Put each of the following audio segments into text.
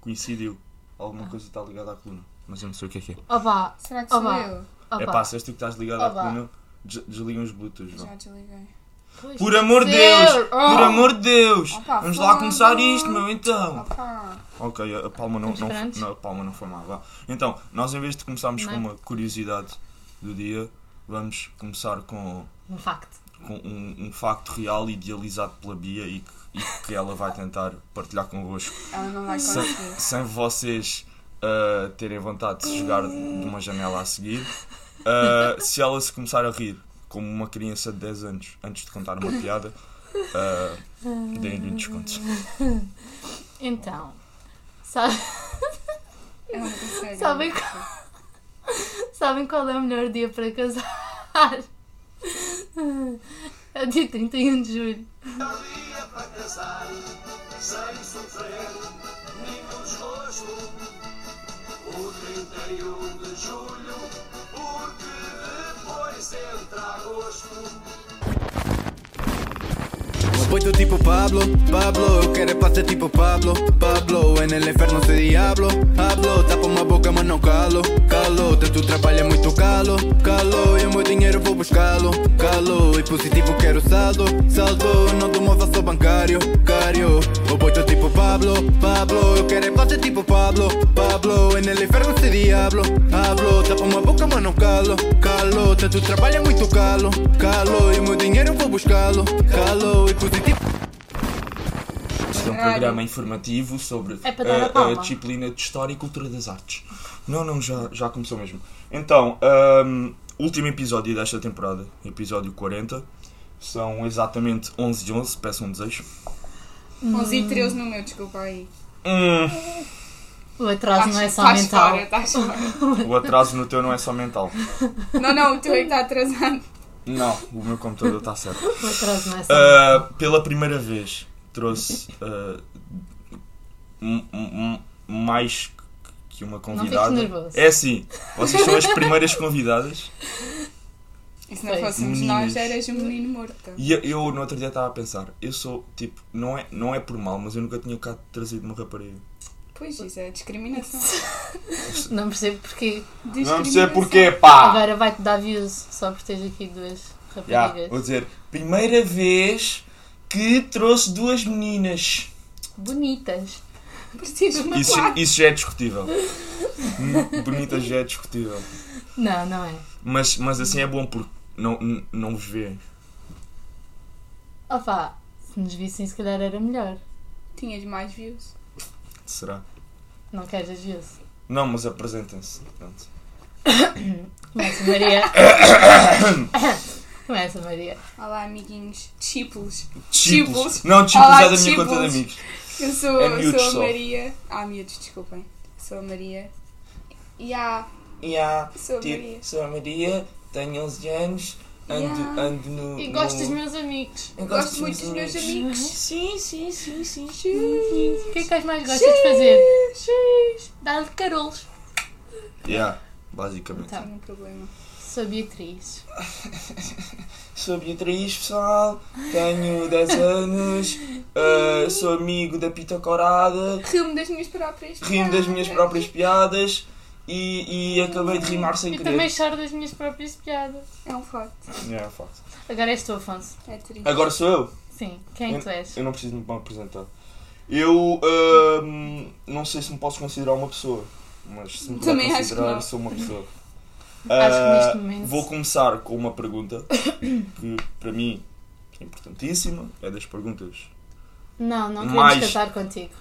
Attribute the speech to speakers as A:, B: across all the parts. A: coincidiu. Alguma coisa está ligada à coluna. Mas eu não sei o que é que é.
B: Oh vá,
C: Será que
B: Oh,
C: sou
B: vá.
C: eu?
B: oh
A: É
B: vá.
A: pá, se és tu que estás ligado à
C: Opa.
A: coluna, des- desliguem os Bluetooth. vá.
C: Já desliguei.
B: Pois.
A: Por amor de
B: Deus!
A: Deus!
B: Oh!
A: Por amor de Deus!
C: Opa,
A: Vamos lá
C: foda.
A: começar isto, meu, então!
C: Opa.
A: Ok, a palma não,
B: Estamos
A: não,
B: prontos?
A: não, a palma não foi má, vá. Então, nós em vez de começarmos
B: Não.
C: é?
A: com uma curiosidade do dia, vamos começar com,
B: Um facto.
A: com um, um facto real idealizado pela Bia e que, e que ela vai tentar partilhar convosco.
C: Ela não vai
A: Sem,
C: conseguir.
A: sem vocês ah, terem vontade de se jogar de uma janela a seguir, ah, se ela se começar a rir como uma criança de 10 anos antes de contar uma piada, ah, deem-lhe um desconto.
B: Então, sabe-
C: Eu não consigo.
B: Sabem sabem qual é o melhor dia para casar? É o dia 31 de julho.
D: dia para casar, sem sofrer nenhum desgosto. O 31 de julho, porque depois entra agosto.
E: Voy tu tipo Pablo, Pablo, eu quero é pra ser tipo Pablo, Pablo, en el inferno se diablo, hablo, tapo uma boca, mas não calo, calo, tanto trabalho é muito calo, calo, e o meu dinheiro vou buscá-lo, calo, e positivo quero saldo, saldo, não dou móvel, sou bancário, cario, o boi teu tipo Pablo, Pablo, eu quero é pra ser tipo Pablo, Pablo, en el inferno se diablo, hablo, tapo uma boca, mas não calo, calo, tanto trabalho é muito calo, calo, e o meu dinheiro vou buscá-lo, calo, e positivo
A: Isto é um
C: Caralho.
A: programa informativo sobre
B: É para dar a
A: ah,
B: palma.
A: a disciplina de História e Cultura das Artes. Não, não, já, já começou mesmo. Então, ahm, último episódio desta temporada, episódio 40. São exatamente 11 e 11, peço um desejo.
C: 11 e 13 no meu, desculpa aí. Tá
A: Hum.
B: O atraso não é só
C: Estás
B: mental.
C: fora, estás fora.
A: O atraso no teu não é só mental.
C: Não, não, o teu é que está atrasado.
A: Não, o meu computador está certo.
B: O atraso não é só mental.
A: Ah, pela primeira vez trouxe ah, um- um- um- mais que uma convidada.
B: fiques nervoso.
A: É assim, vocês são as primeiras convidadas
C: E se não
B: Sei.
C: fôssemos
A: Meninas.
C: nós, já eras um menino morto.
A: e eu, eu no outro dia estava a pensar, eu sou tipo, não é, não é por mal, mas eu nunca tinha cá trazido uma rapariga.
C: Pois isso é discriminação.
B: Não percebo porquê.
A: Não sei
C: Discriminação.
A: porquê, é pá!
B: Agora vai-te dar views só por teres aqui duas
A: Já,
B: raparigas.
A: vou dizer, primeira vez que trouxe duas meninas.
B: Bonitas.
C: Precisas de uma
A: Isso,
C: placa.
A: isso já é discutível. Bonita já é discutível.
B: Não, não é.
A: Mas, mas assim é bom porque não, n- não vos vê.
B: Opa, se nos vissem se calhar era melhor.
C: Tinhas mais views.
A: Será?
B: Não queres as views.
A: Não, mas apresentem-se. Pronto.
B: Começa Maria. Começa Maria.
C: Olá, amiguinhos. Discípulos.
A: Chipos.
C: Chipos.
A: Não, chipos
C: Olá,
A: é da minha
C: chipos.
A: conta de amigos.
C: Eu sou,
A: É miúdos
C: sou a
A: só.
C: Maria. Ah, miúdos, desculpem. Sou a Maria. E há.
A: Yeah,
C: Sou a Maria.
A: tipo, sou a Maria, tenho 11 anos, ando,
C: Yeah.
A: ando no.
B: E gosto dos
A: no- Uhum.
B: meus amigos.
A: eu
C: Gosto muito dos meus amigos.
A: Sim, sim, sim, sim.
B: O que é que as mais gostas de fazer? Dar-lhe carolos.
A: Yeah, basicamente.
B: Tá.
C: Tenho um problema.
B: Sou Beatriz.
A: Sou Beatriz, pessoal, tenho 10 anos, ah, sou amigo da Pita Corada,
C: Rio-me das minhas próprias.
A: rimo das minhas
C: Ah.
A: próprias piadas e, e acabei de rimar sem
B: E
A: querer.
B: também choro das minhas próprias piadas.
C: É um facto.
A: Yeah, facto.
B: Agora és tu, Afonso.
C: É triste.
A: Agora sou eu.
B: Sim, quem é
A: eu,
B: tu és?
A: Eu não preciso me apresentar. Eu ahm, não sei se me posso considerar uma pessoa, mas se me puder
C: Também acho que
A: considerar,
C: não.
A: sou uma pessoa.
B: Acho que neste
A: Ah,
B: momento-
A: Vou começar com uma pergunta que para mim é importantíssima. É das perguntas.
B: Não, não queremos
A: Mais-
B: casar contigo.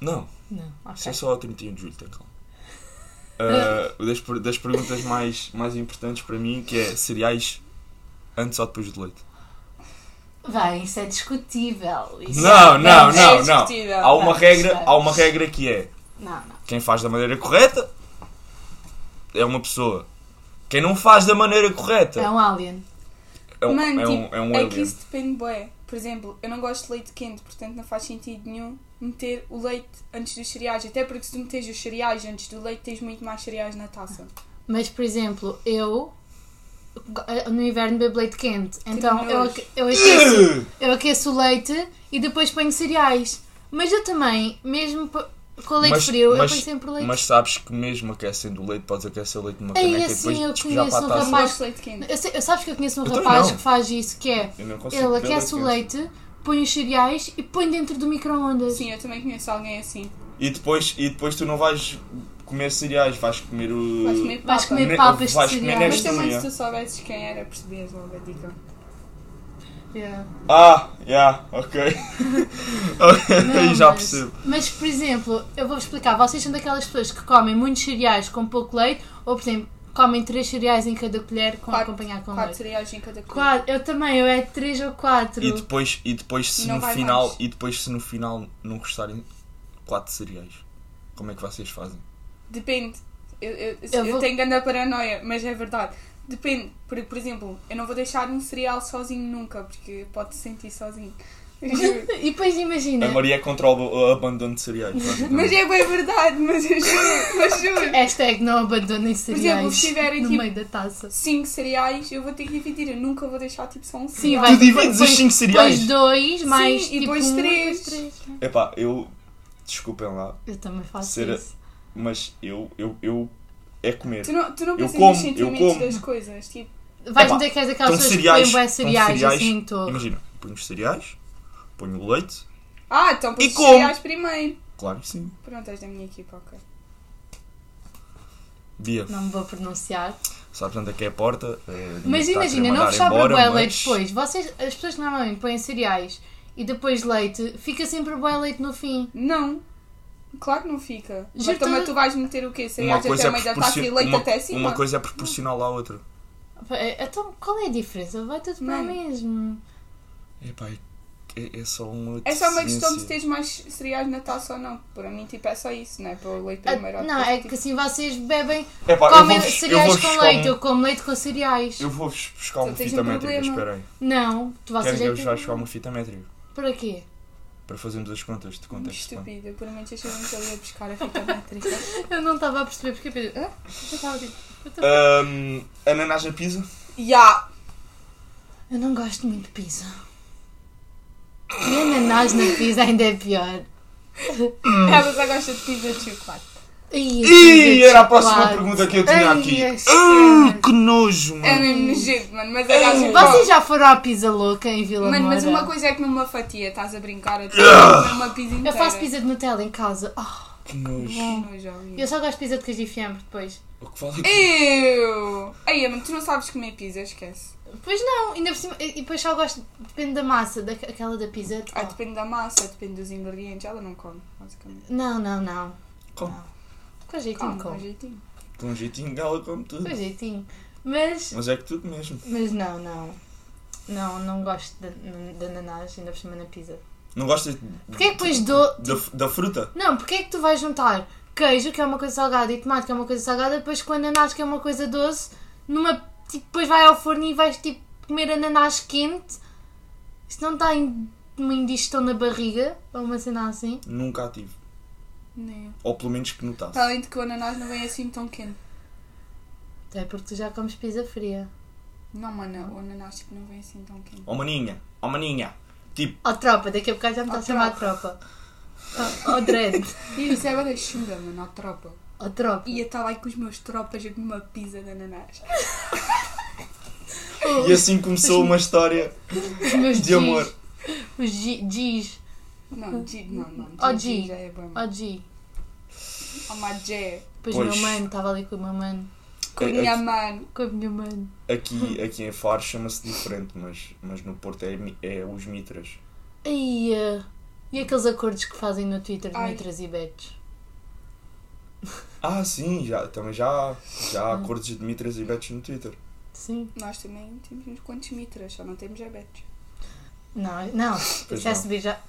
A: Não,
B: Não,
A: isso
B: ok.
A: é só ao 31 de julho, tem calma. Ah, das, per- das perguntas mais, mais importantes para mim que é cereais antes ou depois do leite?
B: Vai, isso é discutível. Isso
A: Não, não,
C: É
A: não,
C: discutível.
A: não. Há uma
B: Vamos,
A: regra, há uma
B: vamos.
A: regra que é
B: Não, não.
A: quem faz da maneira correta é uma pessoa. Quem não faz da maneira correta
B: É um alien.
A: é um,
C: Mano,
A: é um,
C: tipo,
A: é um
C: é que
A: alien.
C: isso depende bué. Por exemplo, eu não gosto de leite quente, portanto não faz sentido nenhum meter o leite antes dos cereais. Até porque se tu metes os cereais antes do leite, tens muito mais cereais na taça.
B: Mas, por exemplo, eu go- eh, no inverno bebo leite quente. Então eu,
C: nojo.
B: aque- eu, aqueço, eu aqueço o leite e depois ponho cereais. Mas eu também, mesmo po- Com leite frio, eu ponho sempre leite
A: mas sabes que mesmo aquecendo o leite, podes aquecer o leite numa
B: Ei,
A: caneca
B: assim,
A: e
B: eu
A: depois despejar para
B: conheço
A: a
B: um
A: taça.
C: Eu
B: Mas-
C: gosto de leite quente.
B: Eu, sei- eu sabes que eu conheço um
A: Eu também
B: rapaz
A: não.
B: que faz isso, que é
A: Eu não consigo
B: ele
A: beber
B: aquece o
A: leite
B: leite, põe os cereais e põe dentro do micro-ondas.
C: Sim, eu também conheço alguém assim.
A: E depois, e depois tu não vais comer cereais, vais comer o.
C: Vais comer
B: Vais
C: papa.
B: comer
A: Ne-
B: papas de
A: vais comer
B: cereais.
C: Mas
A: neste-
C: também
A: Sim, é.
C: se tu soubesses quem era, percebias logo a dica.
B: Yeah.
A: Ah, yeah, ok. Aí
B: Não,
A: já
B: mas-
A: percebo.
B: Mas, por exemplo, eu vou explicar. Vocês são daquelas pessoas que comem muitos cereais com pouco leite, ou, por exemplo, comem três cereais em cada colher com
C: Quatro-
B: acompanhar com
C: Quatro
B: leite.
C: cereais em cada colher.
B: Quatro. Eu também, eu é três ou quatro.
A: E depois, e depois se
C: Não
A: no
C: vai
A: final,
C: mais.
A: e depois se no final não gostarem quatro cereais, como é que vocês fazem?
C: Depende. Eu, eu,
B: Eu
C: eu,
B: vou-
C: tenho grande paranoia, mas é verdade. Depende. Por, por exemplo, eu não vou deixar um cereal sozinho nunca, porque pode se sentir sozinho. Juro.
B: E depois imagina.
A: A Maria controla o abandono de cereais.
C: É. mas é bem verdade, mas eu juro, mas juro.
B: Hashtag não abandonem cereais
C: exemplo, se tiverem,
B: no
C: tipo,
B: meio da taça.
C: Cinco cereais eu vou ter que dividir, eu nunca vou deixar tipo só um
B: Sim,
C: cereal.
B: vai.
A: divides os cinco cereais?
B: Depois dois, mais
C: e
B: tipo,
C: depois
B: um,
C: três.
B: depois três.
C: é-
A: Epá, eu. Desculpem lá,
B: Eu também faço
A: Cera-
B: isso.
A: mas eu. eu, eu é comer.
C: Tu não, tu não
A: Eu
C: pensas
A: como,
C: nos
A: eu
C: sentimentos
A: como.
C: das coisas, tipo,
B: Vais
A: Epá,
B: me dizer que és
A: Então
B: aquelas pessoas que põem bué
A: então
B: cereais, assim em todo.
A: Imagina, ponho os cereais, ponho o leite,
C: ah, então
A: E
C: pôs os
A: como?
C: cereais primeiro.
A: claro que sim,
C: Pronto, és da minha equipa, ok.
A: Bia.
B: Não me vou pronunciar.
A: Sabes onde é que é a porta? eh,
B: Mas
A: está a querer
B: imagina, não
A: mandar
B: vos sobra
A: embora,
B: bué
A: mas-
B: leite depois. Vocês, as pessoas que normalmente põem cereais e depois leite, fica sempre bué leite no fim.
C: Não. Claro que não fica. Mas
B: Juro-te-
C: também tu vais meter o quê?
A: Uma
C: Cereais até
A: coisa,
C: a
A: é
C: meio da taça e
A: proporcion...
C: leite
A: uma,
C: até cima?
A: uma coisa é proporcional à outra.
B: Eh, Então, qual é a diferença? Vai tudo para
C: Não.
B: o mesmo.
A: Epá, é- é, é só uma
C: É só uma questão de se
A: deficiência.
C: teres mais cereais na taça ou não. Para mim, tipo, é só isso, não é? Para o leite
B: Ah,
C: primeiro. ou
B: Não,
C: depois,
B: é que assim vocês bebem,
A: Epá, eu
B: comem
A: vou-vos- eu
B: cereais
A: vou-vos
B: com
A: buscar
B: leite.
A: um-
B: Eu como leite com cereais.
A: Eu vou-vos buscar uma
C: Tu tens
A: fita
C: um
A: métrica,
C: problema.
A: espera aí.
B: Não, tu
A: Querem
B: vocês
A: que
B: é
A: eu
C: um
A: vos vá
B: que...
A: buscar uma fita métrica?
B: Para quê?
A: Para fazermos as contas de é
C: Muito
A: contexto. pá.
C: estúpido. Eu, por muito achei muito ali a buscar a fita métrica.
B: Eu não estava a perceber porque eu pensei, "Hã?" Eu estava tipo, "What the fuck?"
A: Ahm, ananás na pizza?
C: Ya!
B: Eu não gosto muito de pizza. E ananás na pizza ainda é pior.
C: Ela já gosta de pizza de chocolate.
B: Ih,
A: Ih, era a próxima pergunta que eu tinha
B: Ai, é
A: aqui.
B: yes.
A: Ah, que nojo,
C: É
A: mano.
C: mesmo nojento, mano. Mas é gajo
B: Vocês já foram à pizza louca em Vila
C: Mano,
B: Moura?
C: mas uma coisa é que numa fatia estás a brincar. Eu comer uma pizza inteira.
B: Eu faço pizza de Nutella em casa. Oh,
A: Que nojo.
C: Não, já ouvi.
B: eu só gosto de pizza de queijo e fiambre depois.
A: O que fala é que-
C: Eu! Aí, mano, tu não sabes comer pizza, esquece.
B: Pois não, ainda por cima. E e depois só gosto, depende da massa, daquela da pizza.
C: Ah,
B: Oh.
C: depende da massa, depende dos ingredientes. Ela não come, basicamente.
B: Não, não, não.
A: Como?
B: Com jeitinho,
C: Come,
B: com.
C: com jeitinho.
A: Com um jeitinho dela como tudo.
B: Com jeitinho. Mas
A: Mas é que tudo mesmo.
B: Mas não, não. Não, não gosto de, de ananás, ainda por cima na pizza.
A: Não gostas
B: Porquê é que depois dou.
A: da, da fruta?
B: Não, porquê é que tu vais juntar queijo, que é uma coisa salgada, e tomate, que é uma coisa salgada, depois com ananás, que é uma coisa doce, numa. Tipo, depois vai ao forno e vais tipo comer ananás quente? Isso não está em uma indigestão na barriga? Ou uma cena assim?
A: Nunca a tive.
C: Nem eu.
A: Ou pelo menos que notasse.
C: Além de que o ananás não vem assim tão quente.
B: É porque tu já comes pizza fria.
C: Não, mano, o ananás tipo, não vem assim tão quente.
A: Oh maninha, oh maninha. Tipo,
B: Ó tropa, daqui a bocado já me está a
C: Ó,
B: chamar a tropa. Ó ó, dread.
C: E isso é da chunga, mano, à tropa.
B: Ó tropa.
C: E eu estava aí com os meus tropas a comer uma pizza de ananás.
A: e assim começou uma história
B: Os meus
A: de amor.
B: Gs. Os G- Gs.
C: Não, G, não, não.
B: Oh, G.
C: já é bom.
B: Ó G.
C: Oh, my G.
B: Depois
A: Pois.
B: o meu mano estava ali com o meu mano.
C: Com a
A: É-
C: minha
A: é-
C: mano.
B: Com a minha mano.
A: Aqui, aqui em Faro chama-se diferente, mas, mas no Porto é, mi- é os mitras.
B: Ai, ah, e aqueles acordos que fazem no Twitter de
C: Ai.
B: Mitras e Betos?
A: Ah, sim, já, também já, já
B: Ah.
A: há acordos de mitras e betos no Twitter.
B: Sim.
C: Nós também temos uns quantos mitras, só não temos diabetes.
B: Não, não. Isso é
A: não.
B: subir já.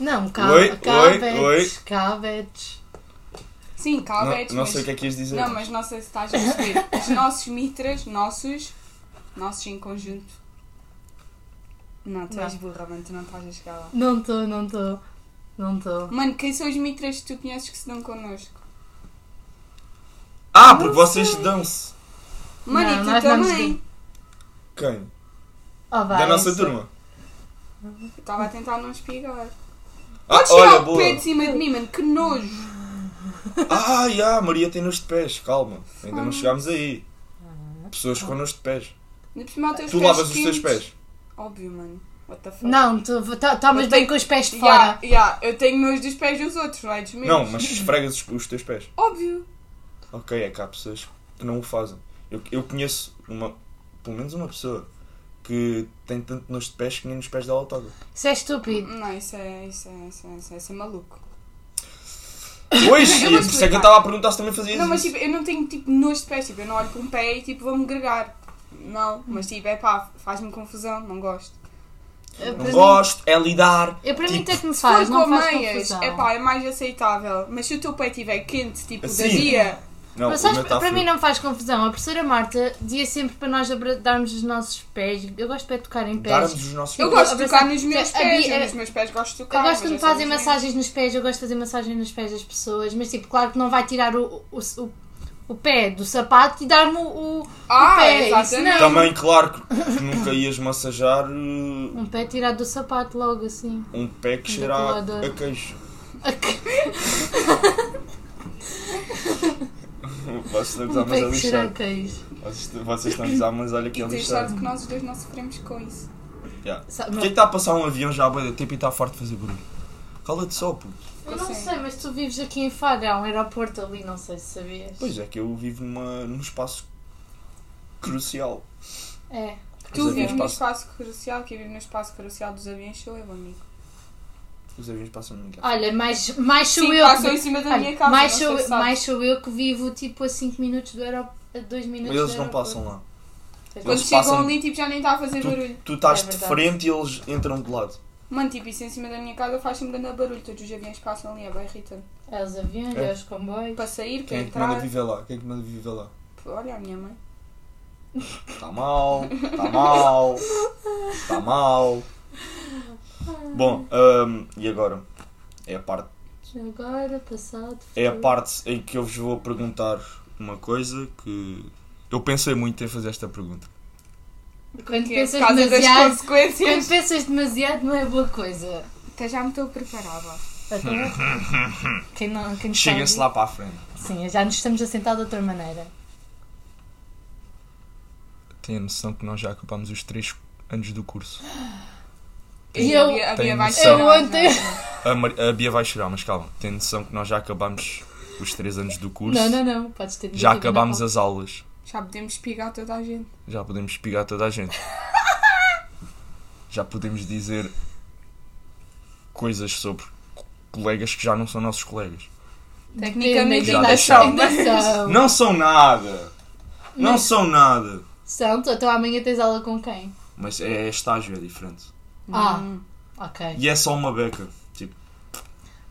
B: não, cá,
A: Oi,
B: cá
A: oi,
B: Betos.
A: oi.
B: Cá Betos.
C: Sim, cá há
A: Não,
C: diabetes,
A: não
C: mas...
A: sei o que é que ias dizer.
C: Não, mas não sei se estás a perceber. Os nossos mitras, nossos, nossos em conjunto. Não, tu
B: Não.
C: és burra, mano, tu não estás a chegar lá.
B: Não estou, não estou. Não estou.
C: Mano, quem são os mitras que tu conheces que se dão connosco?
A: Ah, porque vocês dão-se.
C: Mano,
B: Não,
C: e
B: nós
C: tu
B: vamos
C: também.
A: Quem?
B: Oh, vai,
A: da nossa
B: isso.
A: turma.
C: Eu Estava a tentar não espigar.
A: Ah,
C: Podes
A: olha,
C: tirar o
A: boa.
C: pé de cima de mim, mano, que nojo.
A: Ah, já, a Maria tem nos de pés, calma. Ainda
C: Ah.
A: não chegámos aí.
B: Uhum.
A: Pessoas com nos de pés.
C: Ainda por cima, há teus
A: Tu
C: pés
A: lavas os teus
C: quentes.
A: pés.
C: Óbvio, mano. What the fuck?
B: Não, tu to- tomas
C: Eu
B: bem
C: tenho-
B: com os pés de fora.
C: Yeah, yeah, eu tenho nojo dos pés dos outros, não é dos meus?
A: Não, mas esfregas os, os teus pés.
C: Óbvio.
A: Ok, é que há pessoas que não o fazem. Eu, eu conheço uma, pelo menos uma pessoa que tem tanto nos de pés que nem nos pés dela toca.
B: Isso é estúpido.
C: Não, isso é, isso é, isso é, isso é, isso é maluco.
A: Pois,
C: Eu
A: e por isso é
C: vou
A: que eu
C: explicar.
A: estava a perguntar se também fazias
C: Não, mas
A: isso.
C: tipo, eu não tenho tipo nojo de pés, tipo, eu não olho para um pé e tipo, vou-me gregar. Não, mas tipo, é pá, faz-me confusão, não gosto.
A: Não
B: Eu, Eh, para
A: gosto, é lidar.
B: mim- eu para mim
A: Tipo,
B: até que me
C: Faz,
B: faz,
C: se for
B: não
C: com
B: faz
C: meias,
B: confusão.
C: é pá, é mais aceitável. Mas se o teu pé estiver quente, tipo, da
A: Assim.
C: dia,
A: Não,
B: Mas
A: o
B: sabes,
A: meu tá
B: para mim
A: frio.
B: não faz confusão. A professora Marta dizia sempre para nós abra- darmos os nossos pés. Eu gosto de pé tocar em pés.
A: Darmos os nossos
C: eu
A: pés.
C: gosto de
B: abraçar-
C: tocar nos meus
B: a
C: pés,
B: Bia-
C: eu nos meus pés gosto de tocar.
B: é Eu gosto
C: mas
B: quando
C: é só
B: fazem
C: nos meus.
B: massagens nos pés, eu gosto de fazer massagem nos pés das pessoas, mas tipo, claro que não vai tirar o, o, o, o pé do sapato e dar-me o, o
C: Ah,
B: pé. Isso
C: exatamente.
B: não.
A: Também, claro, que que nunca ias massajar uh,
B: Um pé tirado do sapato logo assim.
A: um pé que
B: Um
A: cheira a, a
B: depilador.
A: queijo. Vocês estão a
B: Um
A: mais
B: pé
A: a
B: que cheira a
A: lixar.
B: queijo.
A: Vocês vocês estão a usar mais olha que
C: E
A: é
C: tens
A: lixar.
C: sorte que nós os dois não sofremos com isso.
A: Yeah.
B: Sabe,
A: Porquê que está a passar um avião já há bué de tempo e está forte a fazer barulho? Cala-te só, puto.
B: Eu não sei, mas tu vives aqui em Faro, há um aeroporto ali, não sei se sabias.
A: Pois é, que eu vivo numa, num espaço crucial.
B: É.
C: Tu
A: aviões
C: vives no
A: passam.
C: espaço crucial, que vive no espaço crucial dos aviões sou eu, amigo.
A: Os aviões passam ninguém.
B: Olha, mais, mais sou
C: Sim,
B: eu.
C: passam
B: que-
C: em cima da
B: Olha,
C: minha casa,
B: mais,
C: não
B: sou,
C: sei se sabes.
B: mais sou eu que vivo tipo a 5 minutos do aeroporto. a 2 minutos
A: Mas eles
B: do
A: não passam
B: aeroporto.
A: lá.
C: Quando
A: Eles
C: chegam
A: passam-
C: ali, tipo, já nem está a fazer barulho.
A: Tu estás
B: É
A: de
B: verdade.
A: frente e eles entram de lado.
C: Mano, tipo, isso em cima da minha casa faz sempre grande barulho. Todos os aviões passam ali, é bem irritante.
B: É os aviões,
A: É.
B: é os comboios.
C: Para sair, para
A: Quem é que te manda
C: entrar.
A: viver lá? Quem é que manda viver lá?
C: Olha a minha mãe.
A: Está Tá mal, está mal, está mal. Bom, hum, e agora? É a, parte,
B: Agora, passado.
A: é a
B: futuro.
A: parte em que eu vos vou perguntar uma coisa que eu pensei muito em fazer esta pergunta.
B: Quando
C: Porque
B: pensas
C: é por causa
B: demasiado-
C: das consequências.
B: Quando pensas demasiado não é boa coisa.
C: Até já me estou preparada.
B: Quem não, quem não
A: Chega-se
B: sabe-
A: lá para a frente.
B: Sim, já nos estamos a sentar de outra maneira.
A: Tem a noção que nós já acabámos os três anos do curso.
B: E eu-
C: a Bia
A: Tenho
C: vai
A: noção.
C: chorar,
B: Eu ontem-
C: não é?
A: A, Mar- a Bia vai chorar, mas calma. Tem noção que nós já acabámos os três anos do curso.
B: Não, não, não. Podes ter
A: Já acabámos as aulas.
C: Já podemos espigar toda a gente.
A: Já podemos espigar toda a gente. já podemos dizer coisas sobre co- colegas que já não são nossos colegas.
C: Tecnicamente
A: ainda
C: ainda são,
A: são,
C: mas...
B: são.
A: Não são nada! Não são nada!
B: São, tu- então amanhã tens aula com quem?
A: Mas é, é estágio, é diferente.
B: Ah,
C: Hum.
B: ok.
A: E é só uma beca. Tipo,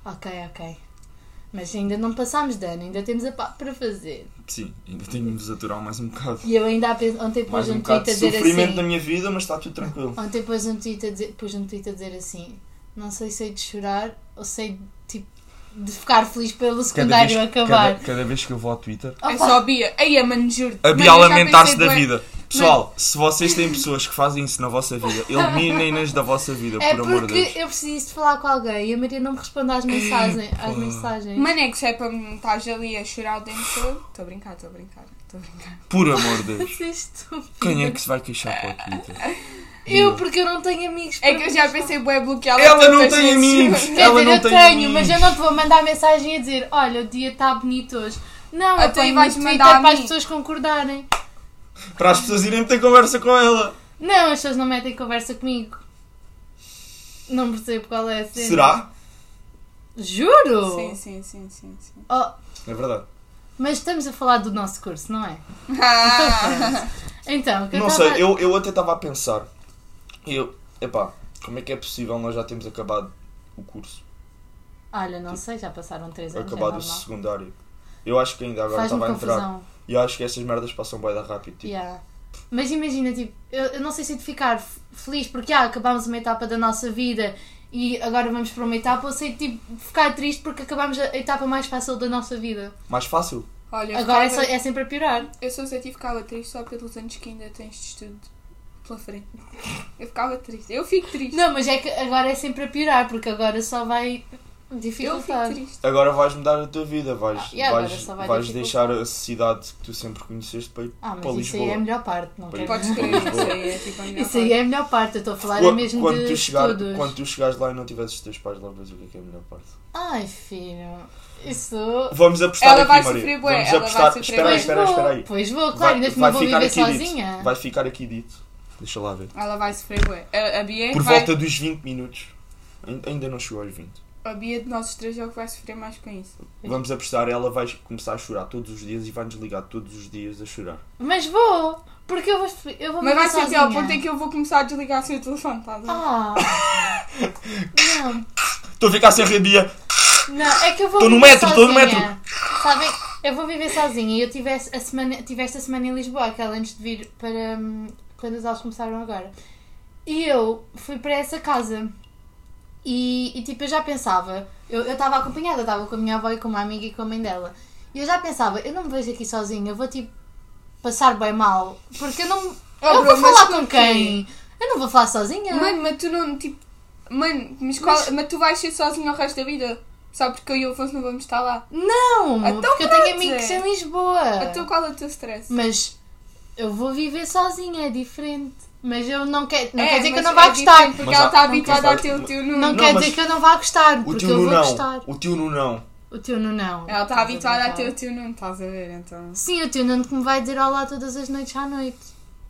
B: Ok, ok. Mas ainda não passámos de ano, ainda temos a pá para fazer.
A: sim, ainda tenho de vos aturar mais um bocado.
B: E eu ainda há pe- ontem pus
A: Mais um
B: um
A: bocado
B: tweet
A: de
B: a dizer
A: sofrimento da
B: assim.
A: minha vida, mas está tudo tranquilo.
B: Ontem pus um tweet a dizer, pus um tweet a dizer assim. Não sei se hei de chorar ou sei tipo, de ficar feliz pelo secundário acabar.
A: Cada, cada vez que eu vou ao Twitter,
C: É só a Bia. Aí a mano, juro.
A: a Bia a lamentar-se da vida. Pessoal, se vocês têm pessoas que fazem isso na vossa vida, eliminem-nas da vossa vida,
B: É
A: por amor de
B: porque
A: Deus.
B: eu preciso de falar com alguém e a Maria não me responde às mensagens. Às mensagens.
C: Mano, é que se é para me estás ali a chorar o tempo todo. Estou a brincar, estou a brincar, estou a brincar.
A: Por amor de Deus.
B: Isso é estúpido.
A: Quem é que se vai queixar para o Twitter?
B: Eu, porque eu não tenho amigos.
C: É
B: para
C: que eu já
B: me
C: pensei bué bloqueá-la.
A: Ela não
C: tantas
A: tem
C: vezes.
A: amigos!
B: Quer
A: Ela
B: dizer,
A: não
B: eu tenho,
A: tem
B: mas eu
A: amigos!
B: não te vou mandar mensagem a dizer: olha, o dia está bonito hoje. Não,
C: Ah,
B: eu
C: então e
B: tenho vais
C: vais
B: Twitter
C: mandar a
B: para as
C: mim?
B: pessoas concordarem.
A: Para as pessoas irem ter conversa com ela.
B: Não, as pessoas não metem conversa comigo. Não percebo qual é a cena.
A: Será?
B: Juro!
C: Sim, sim, sim, sim. sim.
B: Oh,
A: É verdade.
B: mas estamos a falar do nosso curso, não é?
C: Ah.
B: Então, o que eu
A: Não
B: tava-
A: sei, eu, eu até estava a pensar. Eu, epá, como é que é possível nós já temos acabado o curso?
B: Olha, não sei, já passaram 3 anos. é
A: Acabado o
B: normal.
A: secundário. Eu acho que ainda agora
B: Faz-me
A: estava a entrar.
B: confusão.
A: E eu acho que essas merdas passam bem da rápido. Tipo,
B: Yeah. Mas imagina, tipo, eu, eu não sei se é de ficar f- feliz porque ah, acabámos uma etapa da nossa vida e agora vamos para uma etapa, ou sei tipo, ficar triste porque acabámos a etapa mais fácil da nossa vida.
A: Mais fácil.
C: Olha, eu
B: Agora é,
C: ficava-
B: só- é sempre a piorar.
C: eu sou só tive ficava triste só pelos anos que ainda tens de estudo. pela frente. Eu ficava triste. Eu fico triste.
B: Não, mas é que agora é sempre a piorar, porque agora só vai
C: eu fico
B: dificultar.
C: triste.
A: Agora vais mudar a tua vida, vais,
B: Ah, e agora
A: vais,
B: só vai
A: vais
B: dificultar.
A: deixar a cidade que tu sempre conheceste para, ir
B: Ah, mas
A: para
B: isso
A: Lisboa.
B: aí é a melhor parte, não
A: Para
B: quero.
C: Podes crer, isso aí é tipo a melhor
B: Isso aí é a melhor parte, eu estou a falar é
A: Quando-
B: mesmo
A: quando,
B: de
A: tu chegar,
B: todos.
A: quando tu chegares lá e não tivesses os teus pais lá, vês o que é, que é a melhor parte.
B: Ai, filho, isso.
A: Vamos apostar
C: Ela
A: aqui,
C: vai
A: Maria.
C: sofrer bué,
A: Vamos
C: ela vai
A: apostar. espera
C: sofrer bué.
A: aí,
B: Pois
A: espera aí,
B: vou,
A: espera aí.
B: pois vou, claro, ainda não vou viver sozinha.
A: dito. Vai ficar aqui dito. Deixa lá ver.
C: Ela vai sofrer, bué. A, a Bia é
A: Por
C: que vai...
A: volta dos 20 minutos. Ain- Ainda não chegou aos 20.
C: A Bia de nós os três é o que vai sofrer mais com isso.
A: Vamos apostar, ela vai começar a chorar todos os dias e vai desligar todos os dias a chorar.
B: Mas vou, porque eu vou, eu vou
C: Mas vai
B: viver
C: ser até ao
B: sozinha.
C: ponto em que eu vou começar a desligar assim o telefone, tá a ver?
B: Ah, não,
A: Estou a ficar sem rabia.
B: não, é que eu vou
A: Tô no
B: viver
A: metro, tô no
B: sozinha.
A: metro.
B: Sabem, eu vou viver sozinha e eu tive, essa- a semana, tive esta semana em Lisboa, aquela antes de vir para... hum, quando as aulas começaram agora. E eu fui para essa casa. E, e, tipo, eu já pensava, eu eu estava acompanhada, estava com a minha avó e com uma amiga e com a mãe dela. E eu já pensava, eu não me vejo aqui sozinha, eu vou tipo passar bem mal, porque eu não. eu
C: Oh, bro,
B: vou
C: mas
B: falar com
C: porquê?
B: quem? Eu não vou falar sozinha.
C: Mano, mas tu não, tipo... Mano, mas, qual, mas... tu vais ser sozinho o resto da vida? Só porque eu e o Afonso não vamos estar lá.
B: não!
C: Então
B: porque eu
C: pronto,
B: tenho amigos
C: é.
B: em Lisboa.
C: Então qual é o teu stress?
B: Mas eu vou viver sozinha, é diferente. Mas eu não quero. Não
C: É,
B: quer dizer que eu
C: mas
B: não vá
C: é
B: gostar.
C: diferente, Porque
A: Mas
C: ela
A: há-
C: está
A: não
C: habituada
A: quero
C: a ter o
A: falar-
C: teu número.
B: Não,
A: Não,
B: quer
A: mas
B: dizer que eu não vá gostar,
A: O
B: porque
A: tio
B: eu
A: nu
B: vou
A: não.
B: gostar.
A: O tio nu não.
B: O teu não não.
C: Ela está
B: Estás a
C: habituada a
B: brincar.
C: ter o teu número, estás a ver, então...
B: Sim, o teu Nuno que me vai dizer olá todas as noites à noite.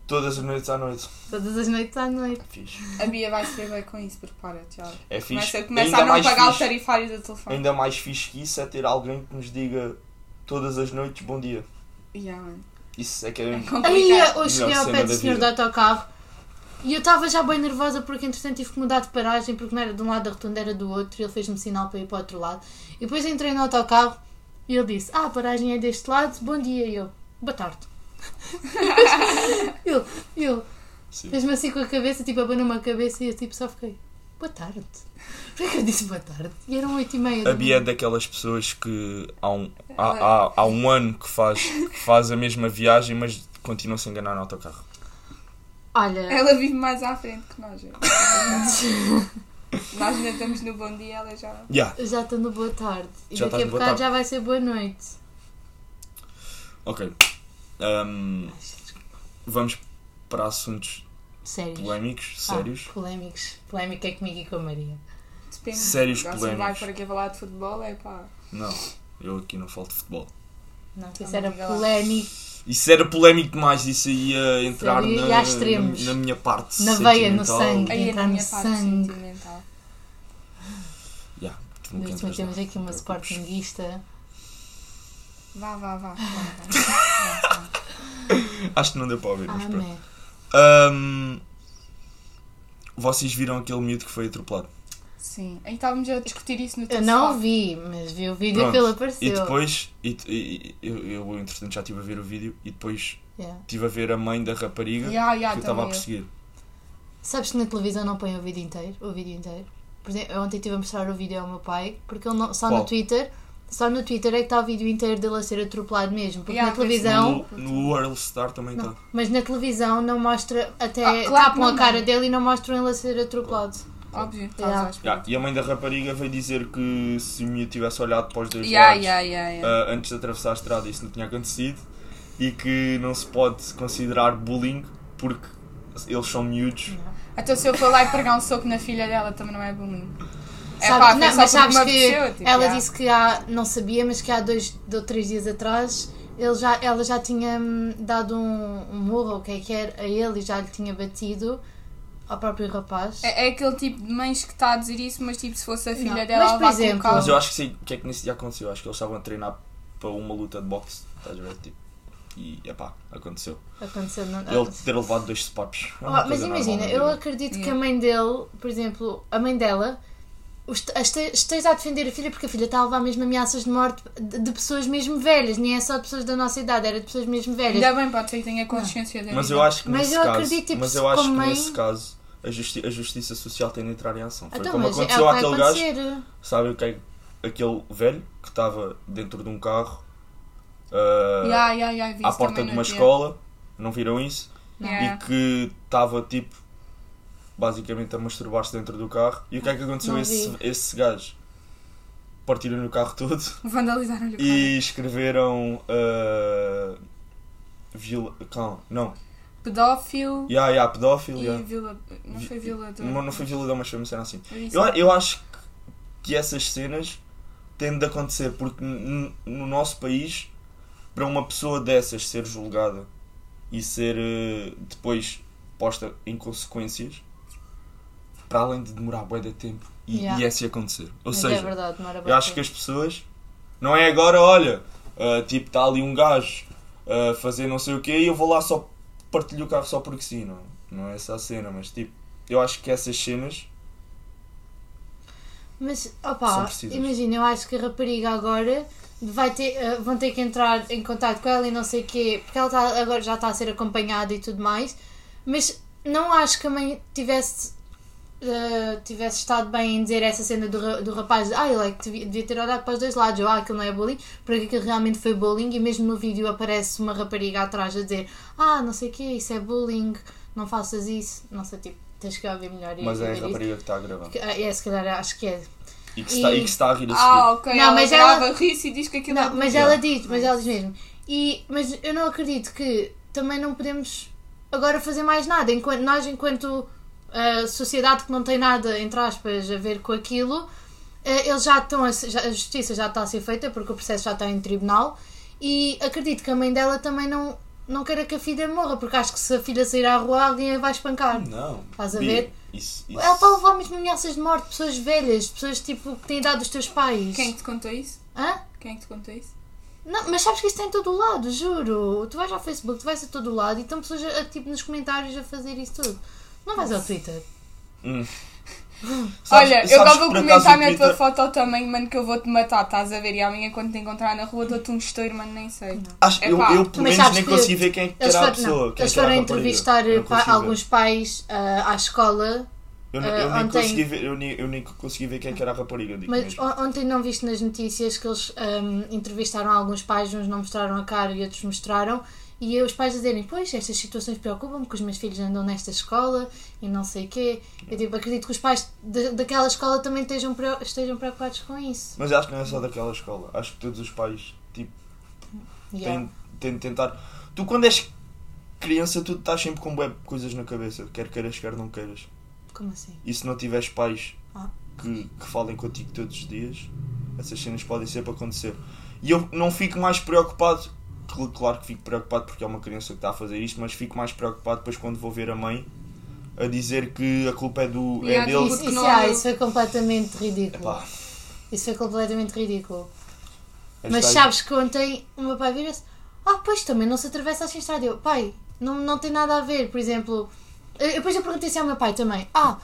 A: Todas as noites à noite.
B: Todas as noites à noite.
A: Fixe.
C: A Bia vai sofrer bem com isso, prepara-te, já.
A: É
C: Começa,
A: fixe.
C: começa
A: Ainda
C: a não
A: mais
C: pagar o
A: fixe.
C: tarifário do telefone.
A: Ainda mais fixe que isso é ter alguém que nos diga todas as noites bom dia.
C: Yeah, mano.
A: Isso é que
C: É
A: é.
B: Aí
C: complicado.
B: eu cheguei
A: Melhor
B: ao
A: cena
B: pé do
A: da
B: senhor do
A: vida.
B: autocarro e eu estava já bem nervosa porque entretanto tive que mudar de paragem porque não era de um lado da rotunda, era do outro e ele fez-me sinal para ir para o outro lado. E depois entrei no autocarro e ele disse: Ah, a paragem é deste lado, bom dia. E eu: Boa tarde. ele, ele
A: Sim.
B: fez-me assim com a cabeça, tipo, abanou-me a cabeça e eu tipo, só fiquei: Boa tarde. Por que eu disse boa tarde? E eram 8 e meia. da
A: A Bia é
B: manhã.
A: daquelas pessoas que há um, há, há, há um ano que faz, que faz a mesma viagem, mas continua se a enganar no autocarro.
B: Olha,
C: Ela vive mais à frente que nós. é. nós ainda estamos no bom dia, ela já.
A: Yeah.
B: eu já estou no boa tarde e
A: Já estás
B: daqui a
A: no boa
B: bocado
A: tarde.
B: já vai ser boa noite.
A: Ok. Ahm, vamos para assuntos
B: Sérios.
A: polémicos,
B: Ah,
A: sérios.
B: polémicos. Polémica é comigo e com a Maria.
C: Depende.
A: Sérios
C: Agora, Se
A: polémicos.
C: vai para aqui falar de futebol, é pá.
A: Não, eu aqui não falo de futebol.
B: Não, que isso
C: Então,
B: era
C: diga lá.
B: polémico
A: Isso era polémico demais, isso ia entrar
B: Sério,
A: na,
B: ia aos extremos.
A: na, na minha parte
B: Na veia, no
A: sentimental.
B: sangue.
C: Aí é
B: Entrar
C: na
B: no
C: minha parte
B: sangue.
C: sentimental.
A: Yeah, tu nunca
B: Neste
A: entras
B: momento temos um-
A: lá,
B: aqui uma
A: não te preocupes.
B: sportinguista.
C: Vá, vá, vá. vá, vá, vá, vá.
A: Acho que não deu para ouvir, mas
B: Ah, é.
A: pronto.
B: man.
A: Ahm, vocês viram aquele miúdo que foi atropelado?
C: Sim, aí estávamos a discutir isso no
B: Eu
C: teu
B: não
C: sofá.
B: vi, mas vi o vídeo
A: Pronto,
B: que ele apareceu.
A: E depois, e, e- e- eu, eu entretanto já estive a ver o vídeo e depois
B: Yeah.
A: estive a ver a mãe da rapariga
C: Ya, ya,
A: que eu estava a
C: também eu.
A: perseguir.
B: Sabes que na televisão não põe o vídeo inteiro? O vídeo inteiro. Por exemplo, eu ontem estive a mostrar o vídeo ao meu pai, porque ele não- só
A: Qual?
B: no Twitter. Só no Twitter é que está o vídeo inteiro dele a ser atropelado mesmo. Porque
C: Yeah,
B: na
C: pois.
B: televisão.
A: No, no World Star também
B: Então?
A: tá.
B: Não,
A: está.
B: mas na televisão não mostra. Até
C: Ah, claro que
B: tapam
C: não,
B: a cara
C: não.
B: dele e não mostram ele a ser atropelado.
C: Óbvio,
B: Yeah.
C: estávamos à
A: Ya, E a mãe da rapariga veio dizer que se o miúdo tivesse olhado para os dois
C: espera.
A: lados
C: Ya, ya, ya, ya.
A: ah, antes de atravessar a estrada isso não tinha acontecido e que não se pode considerar bullying porque eles são miúdos.
C: Então se eu for lá e pregar um soco na filha dela também não é bullying. É
B: Sabe-
C: pá,
B: não,
C: foi
B: mas
C: só porque
B: sabes
C: me
B: que
C: apeteceu, tipo,
B: ela
C: yeah.
B: disse que há, não sabia, mas que há dois ou três dias atrás ele já, ela já tinha hum, dado um, um murro, ou o que é que era, a ele e já lhe tinha batido ao próprio rapaz.
C: É, é aquele tipo de mães que está a dizer isso, mas tipo, se fosse a filha
B: Não,
C: dela,
B: mas,
C: ela
B: por
C: vai
B: exemplo-
C: colocá-la.
A: Mas eu acho que sei o que é que nesse dia aconteceu. Acho que eles estavam a treinar para uma luta de boxe. Estás a ver? Tipo, e epá, aconteceu.
B: Aconteceu. Não,
A: Ele ter levado dois É spots.
B: Oh, Ah, mas imagina, eu
A: é?
B: acredito que a
C: Yeah.
B: mãe dele, por exemplo, a mãe dela, os- as te- esteja a defender a filha porque a filha está a levar mesmo ameaças de morte de, de pessoas mesmo velhas, nem é só de pessoas da nossa idade, era de pessoas mesmo velhas.
C: Ainda bem, pode ser que tenha consciência da
A: Mas
C: vida.
A: eu acho que
B: Mas
A: nesse
B: eu
A: caso,
B: acredito, tipo,
A: mas
B: se
A: eu acho que
B: como mãe-
A: nesse caso a, justi- a justiça social tem de entrar em ação. Foi
B: Então,
A: como
B: mas é o que
A: aconteceu
B: vai
A: àquele gajo,
B: acontecer.
A: sabe o que é? Aquele velho que estava dentro de um carro. ah,
C: Ya, ya, ya, vi
A: à
C: isso
A: porta
C: também
A: de
C: no
A: uma
C: dia.
A: escola, não viram isso?
B: É.
A: e que estava tipo basicamente a masturbar-se dentro do carro. E o que é que aconteceu a
B: Não
A: esse,
B: vi.
A: esse gajo? Partiram no carro todo
C: Vandalizaram-lhe o carro.
A: e escreveram uh, Vila. Cão, não.
C: Pedófilo
A: Ya, ya, pedófilo.
C: e
A: ya.
C: viola... Não foi
A: Vi-
C: violador.
A: Não, não foi violador, mas foi uma cena assim.
C: Eu disse-
A: Eu, eu acho que essas cenas têm de acontecer porque n- no nosso país, para uma pessoa dessas ser julgada e ser eh, depois posta em consequências, para além de demorar bué de tempo, e,
B: Yeah.
A: e é se acontecer. Ou
B: Mas é
A: seja,
B: verdade, demora
A: eu acho que as pessoas. Não é agora, olha, ah, tipo, está ali um gajo a fazer não sei o quê e eu vou lá só partilho o carro só porque sim, não, não é essa a cena, mas tipo, eu acho que essas cenas.
B: Mas,
A: São
B: opá,
A: precisas.
B: imagina, eu acho que a rapariga agora vai ter, eh, vão ter que entrar em contato com ela e não sei o quê, porque ela tá- agora já está a ser acompanhada e tudo mais, mas não acho que a mãe tivesse, eh, tivesse estado bem em dizer essa cena do, ra- do rapaz, ah, ele é que devia, devia ter olhado para os dois lados, ou ah, aquilo não é bullying, porque aquilo realmente foi bullying e mesmo no vídeo aparece uma rapariga atrás a dizer, ah, não sei o quê, isso é bullying, não faças isso, não sei, tipo, tens que ouvir melhor e
A: Mas é a
B: ver isso.
A: rapariga que está a gravar
B: Que- ah, É, se calhar acho que é.
A: e que está, e...
B: E-
A: que está a rir a
C: Ah,
A: seguir.
C: ok.
B: Não,
C: ela
B: mas
C: grava,
B: ela-
C: ri-se e diz que aquilo é
B: Não, mas
A: Yeah.
B: ela diz, mas ela diz mesmo. E, mas eu não acredito que também não podemos agora fazer mais nada. Enquanto, nós, enquanto ah, sociedade que não tem nada, entre aspas, a ver com aquilo, ah, eles já estão a, se- já- a justiça já está a ser feita porque o processo já está em tribunal e acredito que a mãe dela também não, não queira que a filha morra, porque acho que se a filha sair à rua alguém a vai espancar.
A: Não.
B: Estás a
A: Bia,
B: ver? É
A: Isso, isso...
B: Ela está a levar mesmo ameaças de morte, pessoas velhas, pessoas tipo que têm idade dos teus pais.
C: Quem é que te contou isso?
B: Hã?
C: Quem é que te contou isso?
B: Não, mas sabes que isso tem em todo o lado, juro. Tu vais ao Facebook, tu vais a todo o lado e estão pessoas a- a, tipo, nos comentários a fazer isso tudo. Não vais ao Twitter.
A: Sabes-
C: Olha, eu
A: sabes
C: agora
A: que
C: vou
A: por acaso
C: comentar
A: o
C: na tua
A: Twitter-
C: foto também, mano, que eu vou-te matar, estás a ver? E amanhã quando te encontrar na rua dou-te um estouro, mano, nem sei.
A: Acho, eu,
C: Epá,
A: eu pelo
B: mas
A: menos
B: sabes
A: nem
B: que
A: consegui ver quem é que era a
B: foram,
A: pessoa.
B: não,
A: quem é
B: eles
A: que era
B: foram
A: a rapariga.
B: entrevistar
A: Eu não
B: pa-
A: consegui ver.
B: alguns pais ah, à escola,
A: Eu, não-
B: eh,
A: eu, nem
B: ontem-
A: consegui ver, eu, nem, eu nem consegui ver quem é que era a rapariga. Digo
B: mas
A: mesmo.
B: on- ontem não viste nas notícias que eles ahm, entrevistaram alguns pais, uns não mostraram a cara e outros mostraram. E os pais dizerem, pois, estas situações preocupam-me, que os meus filhos andam nesta escola e não sei o quê. Eu tipo, acredito que os pais da- daquela escola também estejam, preo- estejam preocupados com isso.
A: Mas acho que não é só daquela escola. Acho que todos os pais tipo,
B: Yeah.
A: têm, têm de tentar. Tu, quando és criança, tu estás sempre com bué coisas na cabeça. Quer queiras, quer não queiras.
B: Como assim?
A: E se não tiveres pais
B: Ah.
A: que, que falem contigo todos os dias, essas cenas podem sempre acontecer. E eu não fico mais preocupado. cl- Claro que fico preocupado porque é uma criança que está a fazer isto, mas fico mais preocupado depois quando vou ver a mãe a dizer que a culpa é, do,
C: E há
A: é
C: de
A: dele.
B: Isso,
C: Porque
B: isso,
C: não
B: ah,
C: é-
B: isso foi completamente ridículo.
A: Epá,
B: Isso foi completamente ridículo.
A: esta
B: Mas
A: aí-
B: sabes que ontem o meu pai vira-se: Ah, pois também não se atravessa assim a estrada. Eu, pai, não, não tem nada a ver. Por exemplo, eu- depois eu perguntei se ao meu pai também: Ah,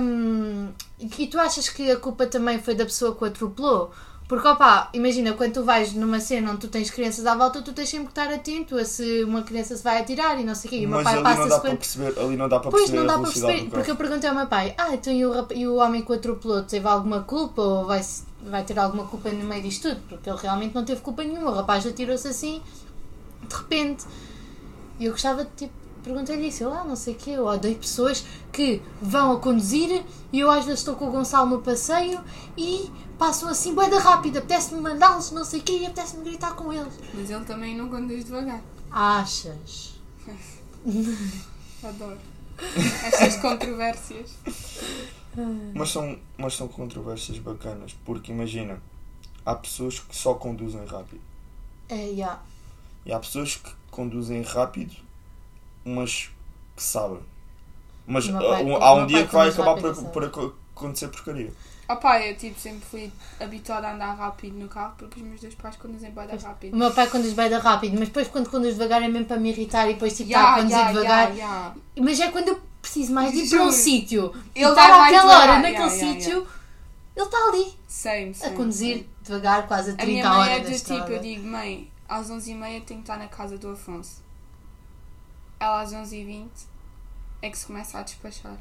B: hum, e tu achas que a culpa também foi da pessoa que o atropelou? Porque, opá, imagina, quando tu vais numa cena onde tu tens crianças à volta, tu tens sempre que estar atento a se uma criança se vai atirar e não sei o quê. E o meu
A: Mas
B: pai
A: ali não
B: passa
A: dá
B: 50
A: para perceber, ali não dá para
B: Pois,
A: perceber
B: não dá
A: a
B: para
A: velocidade
B: perceber,
A: do carro.
B: porque eu perguntei ao meu pai, ah, então e o, rap- e o homem que o atropelou teve alguma culpa ou vai, se- vai ter alguma culpa no meio disto tudo? Porque ele realmente não teve culpa nenhuma, o rapaz atirou-se assim, de repente. E eu gostava de, tipo, perguntei-lhe isso, eu, ah, não sei o quê, eu odeio pessoas que vão a conduzir e eu às vezes estou com o Gonçalo no passeio e passam assim, boeda rápida, apetece-me mandá-los, não sei o quê, e apetece-me gritar com eles.
C: Mas ele também não conduz devagar.
B: Achas?
C: Adoro. Estas controvérsias.
A: Mas são, mas são controvérsias bacanas, porque imagina, há pessoas que só conduzem rápido.
B: É, yeah.
A: E há pessoas que conduzem rápido, mas que sabem. Mas
B: O meu
A: ah,
B: pai-
A: um-
B: o
A: há um
B: meu
A: dia
B: pai
A: que vai
B: conduz
A: acabar por,
B: rápido,
A: por aco- acontecer porcaria.
C: Opá, eu tipo sempre fui habituada a andar rápido no carro porque os meus dois pais conduzem bada
B: O
C: rápido.
B: meu pai conduz bem rápido, mas depois quando conduz devagar é mesmo para me irritar e depois tipo está a
C: Ya,
B: conduzir
C: ya,
B: devagar.
C: ya, ya.
B: Mas é quando eu preciso mais de ir para um
C: Juro.
B: sítio. e
C: Ele
B: estar
C: vai mais
B: àquela hora
C: devagar,
B: naquele
C: ya, ya,
B: sítio, ele está ali
C: Same, same.
B: a conduzir devagar quase a
C: A
B: 30
C: minha mãe
B: horas da
C: é do tipo,
B: estrada.
C: eu digo, mãe, às 11h30 tenho que estar na casa do Afonso. Ela às 11h20 é que se começa a despachar.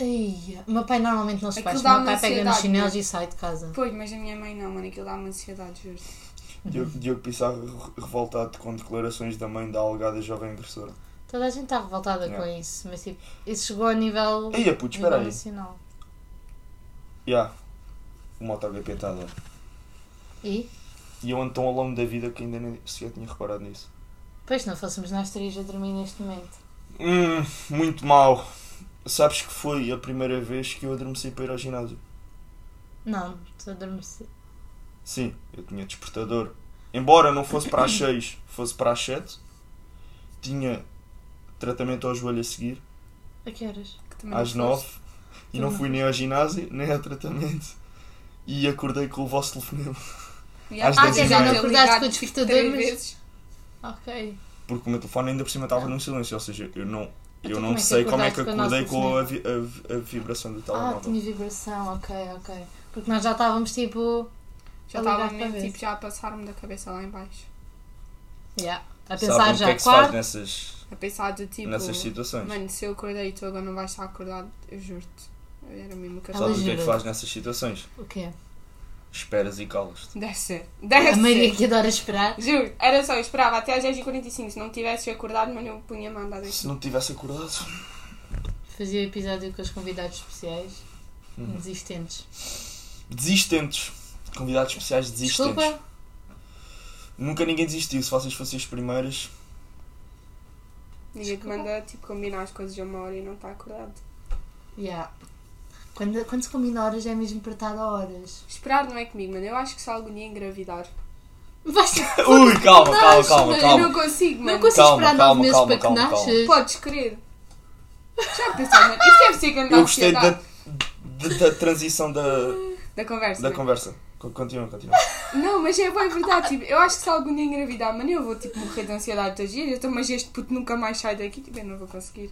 B: Ai, o meu pai normalmente não se
C: Aquilo
B: faz. O
C: "É dá
B: meu pai
C: uma
B: pega nos
C: ansiedade,
B: chinelos
C: não é?
B: e sai de casa.
C: Pois, mas a minha mãe não, mano, aquilo dá uma ansiedade, juro.
B: Uhum.
A: Diogo, Diogo Pissarro re- revoltado com declarações da mãe da alegada jovem agressora.
B: Toda a gente está revoltada
A: Yeah.
B: com isso, mas tipo, isso chegou a nível,
A: Ia, puto, espera
B: nível
A: aí.
B: nacional.
A: Yeah. O MotoGP está a dar.
B: E?
A: E eu ando tão ao longo da vida que ainda nem sequer tinha reparado nisso.
B: Pois não fôssemos nós três a dormir neste momento.
A: Hum, muito mal. Sabes que foi a primeira vez que eu adormeci para ir ao ginásio.
B: Não, estou a dormir.
A: Sim, eu tinha despertador. Embora não fosse para as 6, fosse para as 7, tinha tratamento ao joelho a seguir,
B: A que horas?
C: Que também
A: às
C: não foste.
A: 9, e não fui nem ao ginásio, nem ao tratamento. E acordei com o vosso telefonema.
C: Yeah.
A: às Ah, dez quer dizer, e não meia.
B: acordaste
C: Ligado
B: com o
C: tipo
B: despertador,
C: três
B: mas-
C: vezes.
B: Ok.
A: Porque o meu telefone ainda por cima estava num silêncio, ou seja, eu não, eu
B: Então
A: não
B: como é que
A: sei como é que
B: acordaste com o nosso
A: acordei com a, vi- a vi- a vibração do
B: Ah,
A: telemóvel.
B: tinha vibração, ok, ok. Porque nós já estávamos tipo.
C: Já
B: a
C: estava
B: ligar para
C: mesmo
B: ver.
C: tipo já a passar-me da cabeça lá em baixo.
B: Yeah, a
A: Sabem
B: pensar
A: o
B: já.
A: que é que se faz
B: quarto.
A: nessas,
C: A pensar de tipo.
A: nessas situações?
C: Mano, se eu acordei e tu agora não vais estar acordado, eu juro-te. Eu Era mesmo que eu
A: Sabem o que é que
B: jura.
A: faz nessas situações?
B: O quê?
A: Esperas e calas-te.
C: Deve ser. Deve
B: A Maria
C: ser.
B: que adora esperar.
C: Juro, era só, eu esperava até às 10h45. Se não tivesse acordado, mano, eu punha-me a andar daqui.
A: Se não tivesse acordado.
B: Fazia o episódio com os convidados especiais.
A: Uhum.
B: Desistentes.
A: Desistentes. Convidados especiais desistentes.
B: Desculpa,
A: Nunca ninguém desistiu. Se vocês fossem as primeiras,
C: Ninguém te manda tipo combinar as coisas a uma hora e não está acordado.
B: Yeah. Quando, quando se combina horas é mesmo para estar a horas.
C: Esperar não é comigo, mano. Eu acho que se algum dia engravidar.
B: Vais
A: Ui, calma, calma, calma,
C: Eu não
A: calma.
C: consigo, mano.
B: não consigo
A: Calma, calma,
B: esperar nove meses
A: calma,
B: para
A: calma,
B: que
A: calma.
B: nasças.
C: Podes querer. Já pensaste, mano? Isso deve ser grande
A: Eu gostei da,
C: ansiedade.
A: da, da transição da,
C: da conversa.
A: da
C: mano.
A: conversa. Co- Continua, continua.
C: Não, mas é bem verdade. Tipo, eu acho que se algum dia engravidar, mano, eu vou tipo morrer de ansiedade todos os dias. Então, mas este puto nunca mais sai daqui. Tipo, eu não vou conseguir.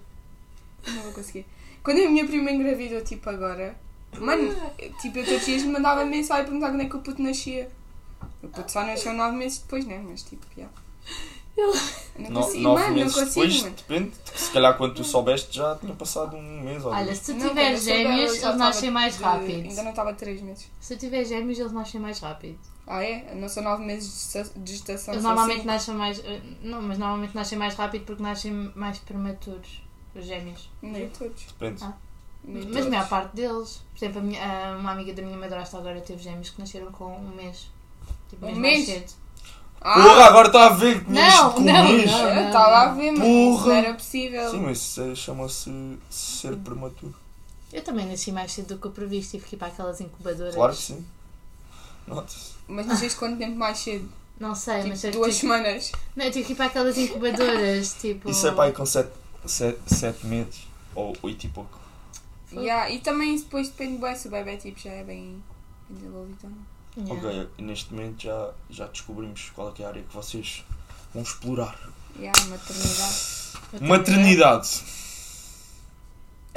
C: Eu não vou conseguir. Quando a minha prima engravidou, tipo, agora, mano, eu, tipo, eu todos os dias me mandava mensagem a perguntar quando é que o puto nascia. O puto só nasceu nove meses depois, né? Mas tipo, já. Eu Não
A: No,
C: consigo,
A: nove
C: mano, não
A: meses
C: consigo,
A: depois,
C: mano.
A: depende. Se calhar quando tu soubeste já tinha passado um mês ou
B: Olha,
A: dois.
B: se tu
C: Não, quando eu
B: tiveres
C: soube, eu
B: gêmeos,
C: já
B: eles nascem
C: tava
B: mais
C: de- Ainda
B: rápido.
C: não estava três meses.
B: Se tu tiveres gêmeos, eles nascem mais rápido.
C: Ah, é? Não são nove meses de gesta- de gestação.
B: Eles
C: são
B: normalmente
C: cinco.
B: nascem mais. eh, Não, mas normalmente nascem mais rápido porque nascem mais prematuros, os gêmeos.
C: Nem todos.
A: Depende.
B: Ah.
C: Nem
B: Mas
C: todos.
B: a maior parte deles. Por exemplo, a minha- a- uma amiga da minha madrasta agora teve gêmeos que nasceram com um mês. Tipo,
C: Um
B: mesmo
C: mês?
B: mais cedo.
A: Porra, agora está a ver que tinhas
B: Não,
A: com
B: não,
A: mês.
B: não.
C: Eu estava tá a ver, mas
A: Porra.
C: isso não era possível.
A: Sim, mas isso é- chama-se ser prematuro.
B: Eu também nasci mais cedo do que o previsto. Tive que ir para aquelas incubadoras.
A: Claro que sim. Nota-se.
C: Mas nasceste quanto tempo mais cedo?
B: Não sei, É, mas
C: Tipo,
B: eu
C: duas
B: tive-
C: semanas.
B: Não, eu tive que ir para aquelas incubadoras, tipo.
A: Isso é pai com 7 meses ou 8 e pouco.
C: Yeah, e também depois depende bem se o bebê tipo, já é bem bem desenvolvido ou não.
B: Yeah.
A: Ok, neste momento já, já descobrimos qual é, que é a área que vocês vão explorar.
C: Yeah, maternidade.
B: Eu também.
A: Maternidade.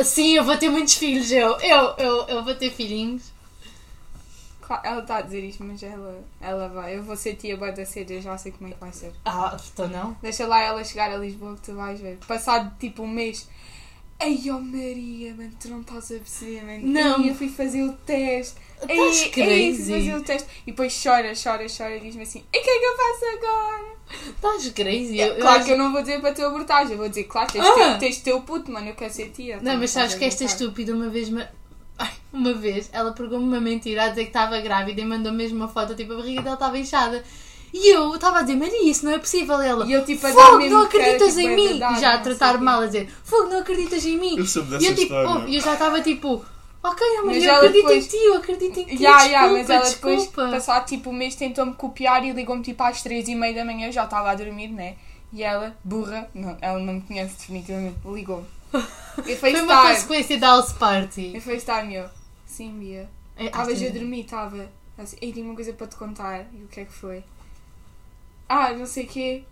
B: Sim, eu vou ter muitos filhos, eu. Eu, eu, eu vou ter filhinhos.
C: Claro, ela está a dizer isto, mas ela, ela vai. Eu vou ser tia boa da cedo, eu já sei como é que vai ser.
B: Ah, então não.
C: Deixa lá ela chegar a Lisboa que tu vais ver. Passado tipo um mês. Ei, oh Maria, mano, tu não estás a perceber, mano.
B: Não.
C: Ei, eu fui fazer o teste. Ei,
B: Estás
C: ei,
B: crazy.
C: fui fazer o teste. E depois chora, chora, chora e diz-me assim: E o que é que eu faço agora?
B: Estás crazy. Eu, eu
C: claro
B: acho-
C: que eu não vou dizer para tu abortares. Eu vou dizer, claro, tens,
B: Ah.
C: teu, tens teu puto, mano, eu quero ser tia.
B: Não, mas sabes que esta
C: é
B: estúpida uma vez me... Ai, uma vez ela pegou-me uma mentira a dizer que estava grávida e mandou mesmo uma foto, tipo, a barriga dela estava inchada. E eu estava a dizer, Maria, isso não é possível. Ela,
C: E eu, tipo, a dar
B: fogo,
C: mesmo
B: não
C: cara,
B: acreditas
C: tipo,
B: em
C: é
B: mim!
C: verdade,
B: e já a
C: não sei o
B: tratar
C: quê.
B: mal, a dizer, fogo, não acreditas em mim!
A: Eu soube
B: e
A: dessa
B: eu, tipo,
A: história.
B: oh, e eu já estava tipo, ok, oh,
C: Mas
B: Maria, eu
C: ela
B: acredito
C: depois-
B: em ti, eu acredito em ti,
C: Ya, ya,
B: desculpa,
C: mas ela depois,
B: desculpa.
C: passado tipo um mês, tentou-me copiar e ligou-me tipo às três e meia da manhã, eu já estava a dormir, né? E ela, burra, não, ela não me conhece definitivamente, ligou-me. E foi
B: Foi uma
C: estar.
B: consequência da House
C: E
B: Party.
C: foi estar, meu. Sim, Bia.
B: É,
C: Estavas
B: ai,
C: a dormir, estava. Assim, Ei, tenho uma coisa para te contar. E o que é que foi? Ah, não sei o quê.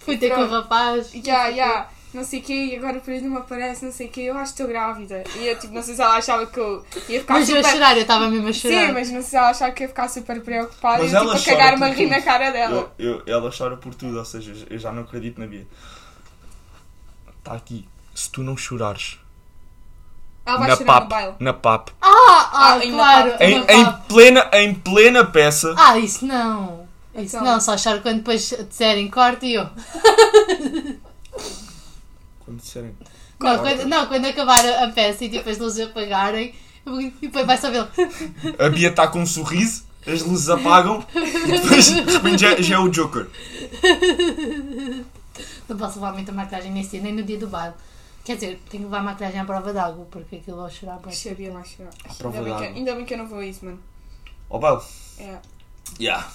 B: Fui ter com o rapaz.
C: Ya, ya, não sei o quê, e agora por aí não me aparece, não sei o quê, eu acho que estou grávida. E eu, tipo, não sei se ela achava que eu ia ficar
B: Mas eu a
C: tá super
B: chorar, eu estava mesmo a chorar.
C: Sim, mas não sei, ela achava que ia ficar super preocupada
A: Mas
C: e eu,
A: ela
C: tipo, a
A: chora
C: cagar
A: por
C: uma rir
A: tudo.
C: na cara dela.
A: Eu, eu- ela chora por tudo, ou seja, eu já não acredito na Bia. Está aqui. Se tu não chorares
C: Ela vai
A: na
C: chorar
A: PAP,
C: no baile.
A: na PAP,
B: Ah, ah,
C: Ah, e na
B: claro.
C: papa.
A: em,
B: na
A: em
B: papa.
A: plena, em plena peça,
B: Ah, isso não. Isso
C: Então.
B: não, só choro quando depois disserem corte e eu.
A: disserem.
B: Não, quando, não, quando acabar a, a peça e tipo as luzes apagarem, e depois vai só ver.
A: A Bia está com um sorriso, as luzes apagam e depois de repente já, já é o Joker.
B: Não posso levar muita maquilhagem nesse dia, nem no dia do baile. Quer dizer, tenho que levar a maquilhagem à prova d'água, porque aquilo vou chorar bué.
C: Sabia lá chorar.
A: prova
C: Ainda bem, que,
A: d'água.
C: ainda bem que eu não vou a isso, mano.
A: Ó Bel,
C: É.
A: yeah.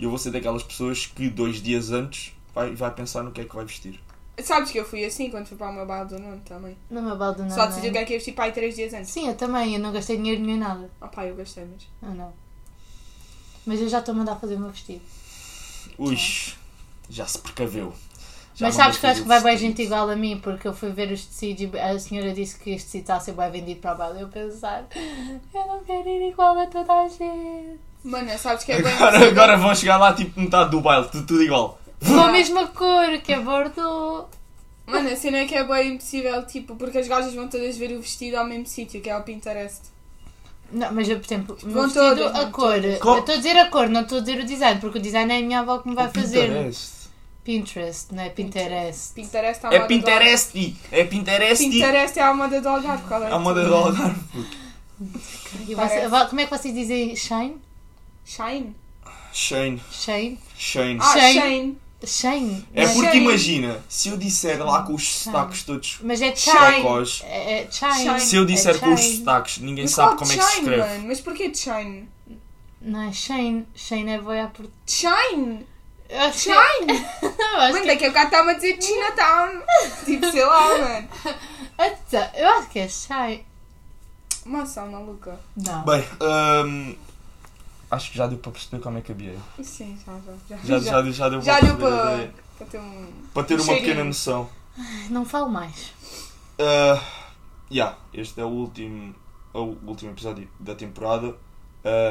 A: eu vou ser daquelas pessoas que dois dias antes vai, vai pensar no que é que vai vestir.
C: Sabes que eu fui assim quando fui para o meu bar do Nuno também.
B: Não me abaldo nada.
C: Só decidi o que é que ia vestir para aí três dias antes.
B: Sim, eu também, eu não gastei dinheiro nenhum em nada.
C: Ah pá, eu gastei, mas.
B: Não, não. Mas eu já estou a mandar fazer o meu vestido.
A: Ui, já se precaveu.
C: Tá
A: Já
B: Mas
A: mandou
B: sabes que eu acho
A: fazer
B: que vai
A: o
B: bem
A: vestido.
B: gente igual a mim, porque eu fui ver os tecidos e a senhora disse que este tecido está a ser bem vendido para o baile. Eu pensar, eu não quero ir igual a toda a gente.
C: Mano, sabes que é bem.
A: Agora, agora vão chegar lá tipo metade do baile, tudo, tudo igual.
B: Com a mesma cor que a bordo.
C: Mano, a cena é que é bem impossível, tipo, porque as gajas vão todas ver o vestido ao mesmo sítio, que é o Pinterest.
B: Não, mas eu, por exemplo, o meu
C: Vão
B: vestido,
C: todas,
B: a
C: não,
B: cor.
A: Com-
B: Eu estou a dizer a cor, não estou a dizer o design, porque o design é a minha avó que me vai fazer.
A: Pinterest.
B: Pinterest, não é Pinterest.
C: Pinterest é a
A: É
C: moda
A: Pinterest! É
C: Do...
A: Pinterest!
C: Pinterest é a moda do Algarve, qual é?
A: É a moda do Algarve. puto.
B: E você-
C: Parece.
B: como é que vocês dizem Shane?
C: Shine?
A: Shane,
B: Shane?
A: Shane.
C: Ah,
B: Shine.
C: Shane.
B: Shane?
A: É
B: Mas-
A: porque
C: Shane.
A: imagina, se eu disser lá com os sotaques todos
B: Mas é Shane.
A: chacos,
B: É, é
C: Shine.
B: Shine.
A: se eu disser
B: É
A: com os
B: Shane.
A: sotaques, ninguém
C: Mas
A: sabe
C: qual
A: como é
C: Shine,
A: que se escreve.
C: mano? Mas porquê de Shine?
B: Não é Shane. Shane é boia por.
C: Shine!
B: Eu acho que-
C: Shine!
B: Eu acho
C: Mano,
B: que-
C: daqui a bocado está-me a dizer Chinatown. tipo, sei lá, mano.
B: Eita, Eu acho que é Shine.
C: Moça, maluca.
B: Não.
A: Bem, hum, acho que já deu para perceber como é que havia.
C: Sim, já, já.
A: Já, já, deu- já deu,
C: Já
A: para,
C: deu
A: perceber a
C: para,
A: ideia.
C: para ter um.
A: Para ter uma
C: Cheirinho.
A: pequena noção.
B: Não falo mais.
A: Uh, yeah, este é o último, é o último episódio da temporada.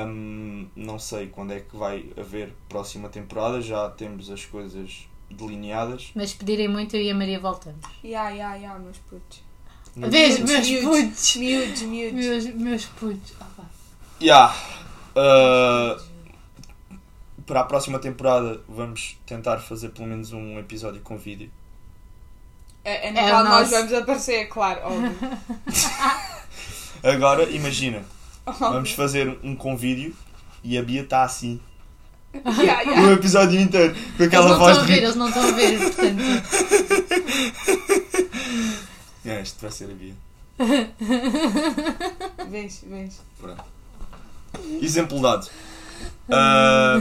A: Um, não sei quando é que vai haver próxima temporada, já temos as coisas delineadas.
B: Mas se pedirem muito, eu e a Maria voltamos.
C: Ya, ya, ya, meus putos.
B: Beijo, meus putos.
C: Miúdos, miúdos, miúdos.
B: Meus, meus putos. Ah, pá.
A: Yeah. uh, para a próxima temporada vamos tentar fazer pelo menos um episódio com vídeo.
C: É, é na
B: É o
C: qual nós
B: nosso.
C: vamos aparecer, é claro, óbvio.
A: Agora imagina, vamos
C: Óbvio.
A: fazer um com vídeo e a Bia está assim,
C: Ya, ya.
A: o episódio inteiro, com
B: Eles
A: aquela
B: não
A: voz
B: estão a
A: de
B: ver,
A: rir.
B: eles não estão a ver, portanto.
A: Yeah, É, isto vai ser a Bia.
C: Vês, vês.
A: Exemplo dado. Ah,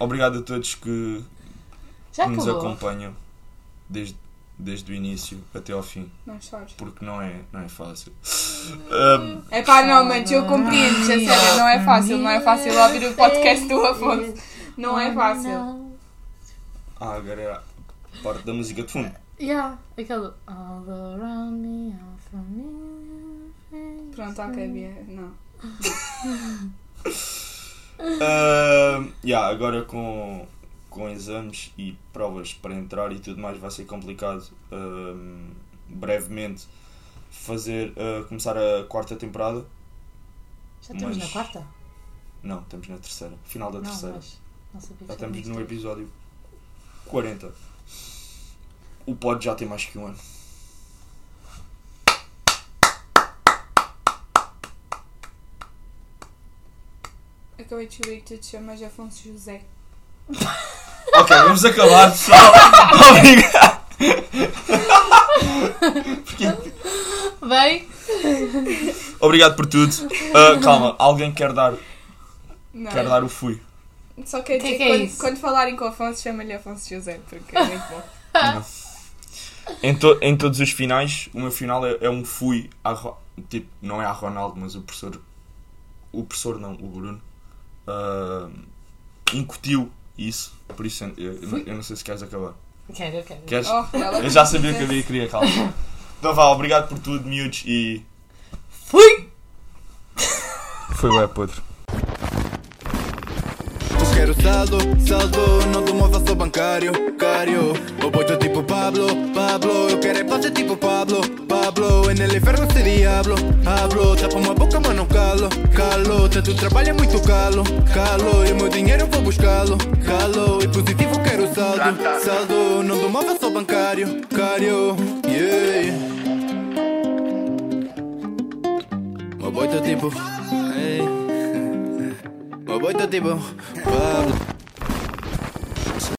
A: obrigado a todos que
B: Já
A: nos
B: acabou.
A: acompanham desde, desde o início até ao fim,
C: Não chores.
A: porque não é, não é fácil. Ah,
C: É pá, não, mas eu compreendo, já sério, não é fácil, não é fácil ouvir o podcast do Afonso. Não é fácil.
A: ah, agora era a parte da música de fundo.
B: Yeah, aquela. All around me, all familiar faces.
C: Pronto, ok, Bia, não.
A: Ah, yeah, agora com, com exames e provas para entrar e tudo mais vai ser complicado ah, brevemente fazer ah, começar a quarta temporada.
B: Já estamos
A: Mas-
B: na quarta?
A: Não, estamos na terceira, final da
B: Não,
A: terceira.
B: mas. Não sabia que
A: Já estamos no
B: estávamos.
A: episódio 40. O pod já tem mais que um ano.
C: Acabei de descobrir que tu te chamas Afonso José.
A: Ok, vamos acabar, pessoal. Obrigado.
B: Bem,
A: Obrigado por tudo. Ah, calma, alguém quer dar,
C: Não.
A: quer dar o fui.
C: Só quer
B: Que
C: dizer
B: que
C: que
B: é
C: quando,
B: isso?
C: quando falarem com o Afonso, chama-lhe Afonso José, porque é muito bom.
A: Em, to- em todos os finais, o meu final é, é um fui a Ro- tipo, não é a Ronaldo, mas o professor o professor não, o Bruno ah, incutiu isso, por isso eu, eu não sei se queres acabar.
B: quero, eu quero.
A: Queres?
C: Oh, ela
A: Eu já sabia que a Bia queria, calma. Então vá, obrigado por tudo, miúdos, e.
B: Fui!
A: Foi o podre.
E: Yo quiero saldo, saldo, no tomo vaso bancario, cario. Opuesto tipo Pablo, Pablo. Yo quiero pase tipo Pablo, Pablo. En el infierno este diablo, hablo. Tapo más boca, mano, calo, calo. até tu trabalha muito calo, calo. E o meu dinheiro eu vou buscá-lo, calo. E positivo quero saldo, saldo. Não dou móvel, sou bancário, cario. Yeah. Meu boi tá tipo, hey. meu boi tá tipo, Pablo.